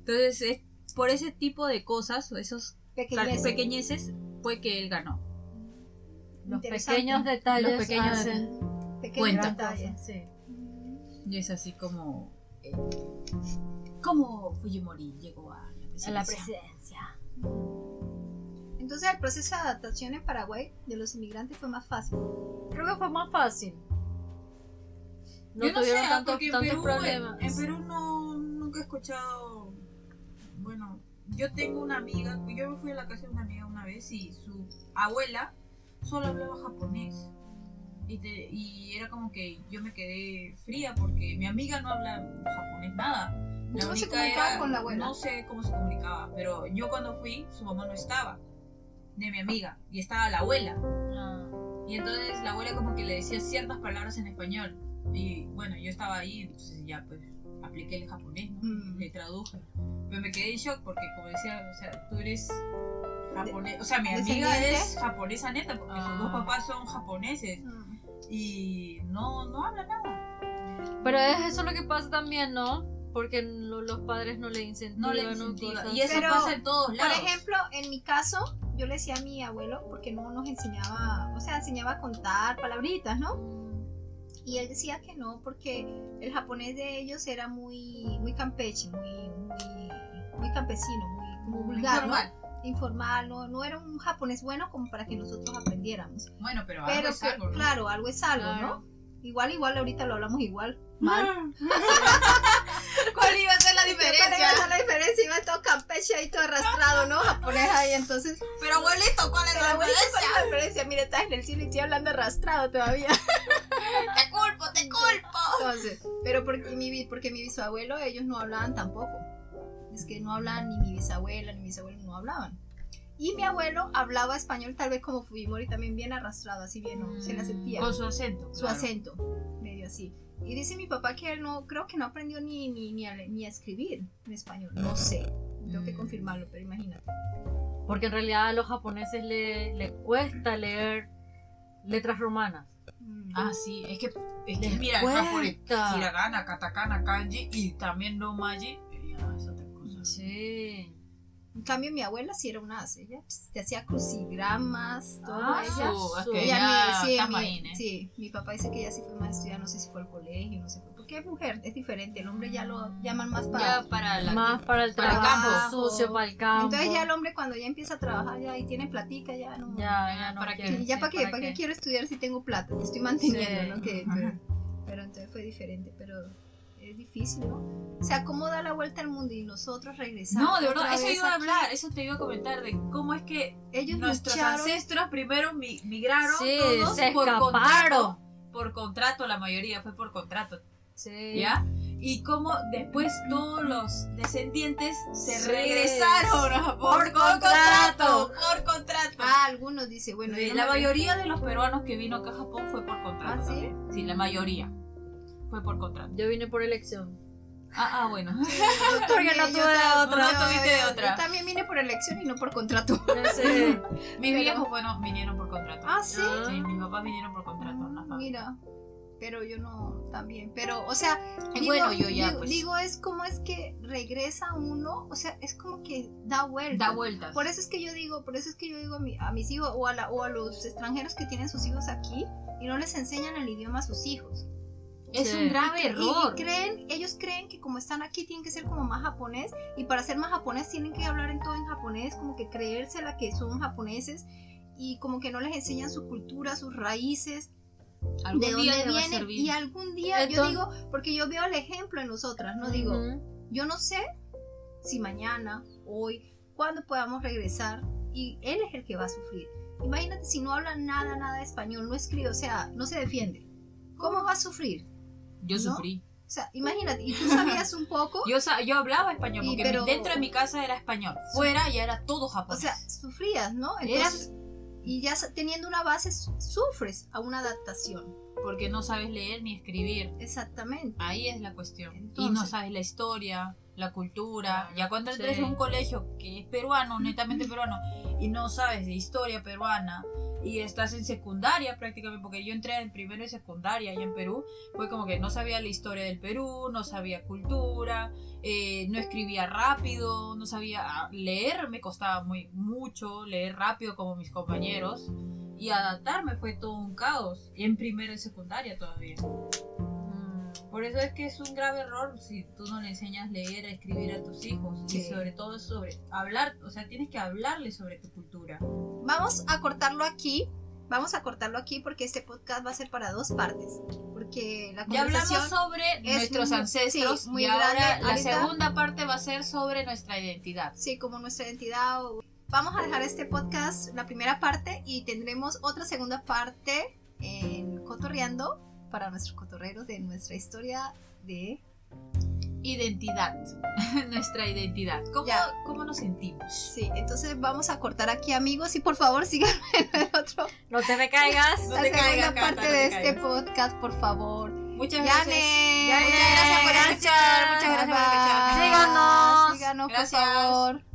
Entonces, es por ese tipo de cosas, o esos car- Pequeñez. pequeñeces, fue que él ganó. Los Interesante. pequeños detalles Los pequeños hacen Pequeños cuenta. detalles. Sí. Y es así como... eh, ¿Cómo Fujimori llegó a la presidencia? a la presidencia. Entonces el proceso de adaptación en Paraguay de los inmigrantes fue más fácil. Creo que fue más fácil. No Yo no sé, tuvieron ah, tanto- porque en tantos Perú, problemas. En Perú no, nunca he escuchado. Bueno, yo tengo una amiga, yo me fui a la casa de una amiga una vez y su abuela solo hablaba japonés. Y, te- y era como que yo me quedé fría porque mi amiga no habla japonés nada. La ¿Cómo se única comunicaba era- con la abuela? No sé cómo se comunicaba, pero yo cuando fui, su mamá no estaba, de mi amiga, y estaba la abuela. Ah. Y entonces la abuela como que le decía ciertas palabras en español. Y bueno, yo estaba ahí, entonces ya pues apliqué el japonés, ¿no? Mm. Le traduje. Pero me quedé en shock porque como decía, o sea, tú eres japonés, o sea, mi amiga ¿Descendiente? es japonesa neta porque sus Ah. dos papás son japoneses Mm. y no no habla nada. Pero es eso lo que pasa también, ¿no? Porque lo- los padres no le incentivan. No le o incentiva. cosas. Y eso Pero, pasa en todos Por lados. ejemplo, en mi caso, yo le decía a mi abuelo, porque no nos enseñaba, o sea, enseñaba a contar palabritas, ¿no? Y él decía que no, porque el japonés de ellos era muy, muy campeche, muy, muy, muy campesino, muy como vulgar, ¿no? Normal. informal, no, no era un japonés bueno como para que nosotros aprendiéramos. Bueno, pero, algo Pero es que- algo, ¿no? claro, algo es algo, Claro. ¿no? Igual, igual, ahorita lo hablamos igual. Mal. Ah. ¿Cuál iba a ser la ¿Cuál iba a ser la diferencia? Iba todo campeche ahí, todo arrastrado, ¿no? Japonés ahí, entonces... Pero abuelito, ¿cuál es Pero la abuelito, ¿cuál diferencia? es la diferencia? Mire, estás en el cine y estoy hablando arrastrado todavía. Te culpo, te culpo. Entonces, pero porque mi, bi- porque mi bisabuelo, ellos no hablaban tampoco. Es que no hablaban ni mi bisabuela, ni mi bisabuelo no hablaban. Y mi abuelo hablaba español tal vez como Fujimori, también bien arrastrado, así bien, ¿no? se la sentía. Con su acento. su claro. acento, medio así. Y dice mi papá que él no, creo que no aprendió ni, ni, ni, a, le- ni a escribir en español. No sé, tengo que Mm. confirmarlo, pero imagínate. Porque en realidad a los japoneses le, le cuesta leer letras romanas. Mm. Ah, sí, es que... Es que mira, el japonés, cuesta. hiragana, katakana, kanji y también no maji. eh, ya, es otra cosa. Sí. En cambio, mi abuela sí era una as, ella pues, te hacía crucigramas, todo Ah, ella. su- es su- que Ella ya mi- sí, estamos mi, ahí, ¿eh? sí, mi papá dice que ella sí fue más estudiante, no sé si fue al colegio, no sé, fue- porque es mujer, es diferente, el hombre ya lo llaman más para... Ya para la... Más para el Para el trabajo, campo. sucio, para el campo. Entonces ya el hombre cuando ya empieza a trabajar ya y tiene platica, ya no... Ya, ya no ¿Para qué? quiere, Este, ¿Y ya sí, para qué? ¿Para, qué? quiero estudiar si tengo plata? Me estoy manteniendo, Sí. ¿no? Que- Ajá. pero, pero entonces fue diferente, pero es difícil, ¿no? O sea, ¿cómo da la vuelta al mundo y nosotros regresamos? No, de otra verdad, eso vez iba a aquí? hablar, eso te iba a comentar de cómo es que Ellos nuestros lucharon. ancestros primero mi- migraron Sí, todos se por escaparon. contrato, por contrato la mayoría fue por contrato, Sí. ¿ya? Y cómo después todos los descendientes se Sí. regresaron Por por, contrato, contrato. por contrato. Ah, algunos dicen, bueno, Sí, yo no la me- mayoría de los peruanos que vino acá a Japón fue por contrato. ¿Ah, sí? también. sí, la mayoría fue por contrato. Yo vine por elección. Ah, ah, bueno. yo Porque no también- tuve tam- otra. No tuviste yo- otra. Yo también vine por elección y no por contrato. Sí. Mis Pero- viejos, bueno, vinieron por contrato. Ah, sí. Ah. Sí, mis papás vinieron por contrato. ajá. Mira, pero yo no también. Pero, o sea, Y bueno, yo ya, digo, pues. digo, es como es que regresa uno, o sea, es como que da vuelta. Da vueltas. Por eso es que yo digo, por eso es que yo digo a, mi- a mis hijos o a, la- o a los extranjeros que tienen sus hijos aquí y no les enseñan el idioma a sus hijos. Es Sí. un grave Y- error. Y creen, ellos creen que como están aquí tienen que ser como más japonés y para ser más japonés tienen que hablar en todo en japonés, como que creérsela que son japoneses y como que no les enseñan su cultura, sus raíces, Algún de dónde día te va a vienen servir. y algún día yo Entonces- digo, porque yo veo el ejemplo en nosotras, no digo, Ujú. yo no sé si mañana, hoy, cuándo podamos regresar y él es el que va a sufrir. Imagínate si no habla nada, nada de español, no escribe, o sea, no se defiende. ¿Cómo va a sufrir? Yo ¿no? sufrí. O sea, imagínate, y tú sabías un poco, Yo, sa- yo hablaba español, Y porque pero- dentro de mi casa era español. Fuera ya era todo o japonés. sea, sufrías, ¿no? Entonces, y ya sa- teniendo una base, su- sufres a una adaptación. porque no sabes leer ni escribir. Exactamente. Ahí es la cuestión. y no Entonces- sabes la historia, la cultura. Claro, Ya cuando entres sí. en un colegio que es peruano, netamente peruano, y no sabes de historia peruana, y estás en secundaria prácticamente, porque yo entré en primero y secundaria allá en Perú, fue como que no sabía la historia del Perú, no sabía cultura, eh, no escribía rápido, no sabía ah, leer, me costaba muy, mucho leer rápido como mis compañeros. Y adaptarme fue todo un caos. Y en primero y secundaria todavía. Mm. Por eso es que es un grave error si tú no le enseñas a leer, a escribir a tus hijos y Sí. sobre todo sobre hablar, o sea, tienes que hablarle sobre tu cultura. Vamos a cortarlo aquí. Vamos a cortarlo aquí porque este podcast va a ser para dos partes. Porque la Ya conversación. hablamos sobre es nuestros muy- ancestros sí, muy y ahora grande. la Ahorita- segunda parte va a ser sobre nuestra identidad. Sí, como nuestra identidad. o- Vamos a dejar este podcast, la primera parte, y tendremos otra segunda parte en Cotorreando para nuestros cotorreros de nuestra historia de... Identidad, nuestra identidad. ¿Cómo, Ya. ¿Cómo nos sentimos? Sí, entonces vamos a cortar aquí, amigos, y por favor síganme en el otro, No te recaigas. No la te segunda caigas, Cata, parte no te de caigas. este podcast, por favor. Muchas gracias. Yane, Yane, muchas gracias por gracias. escuchar, muchas gracias por escuchar. Síganos. Síganos, Gracias. por favor.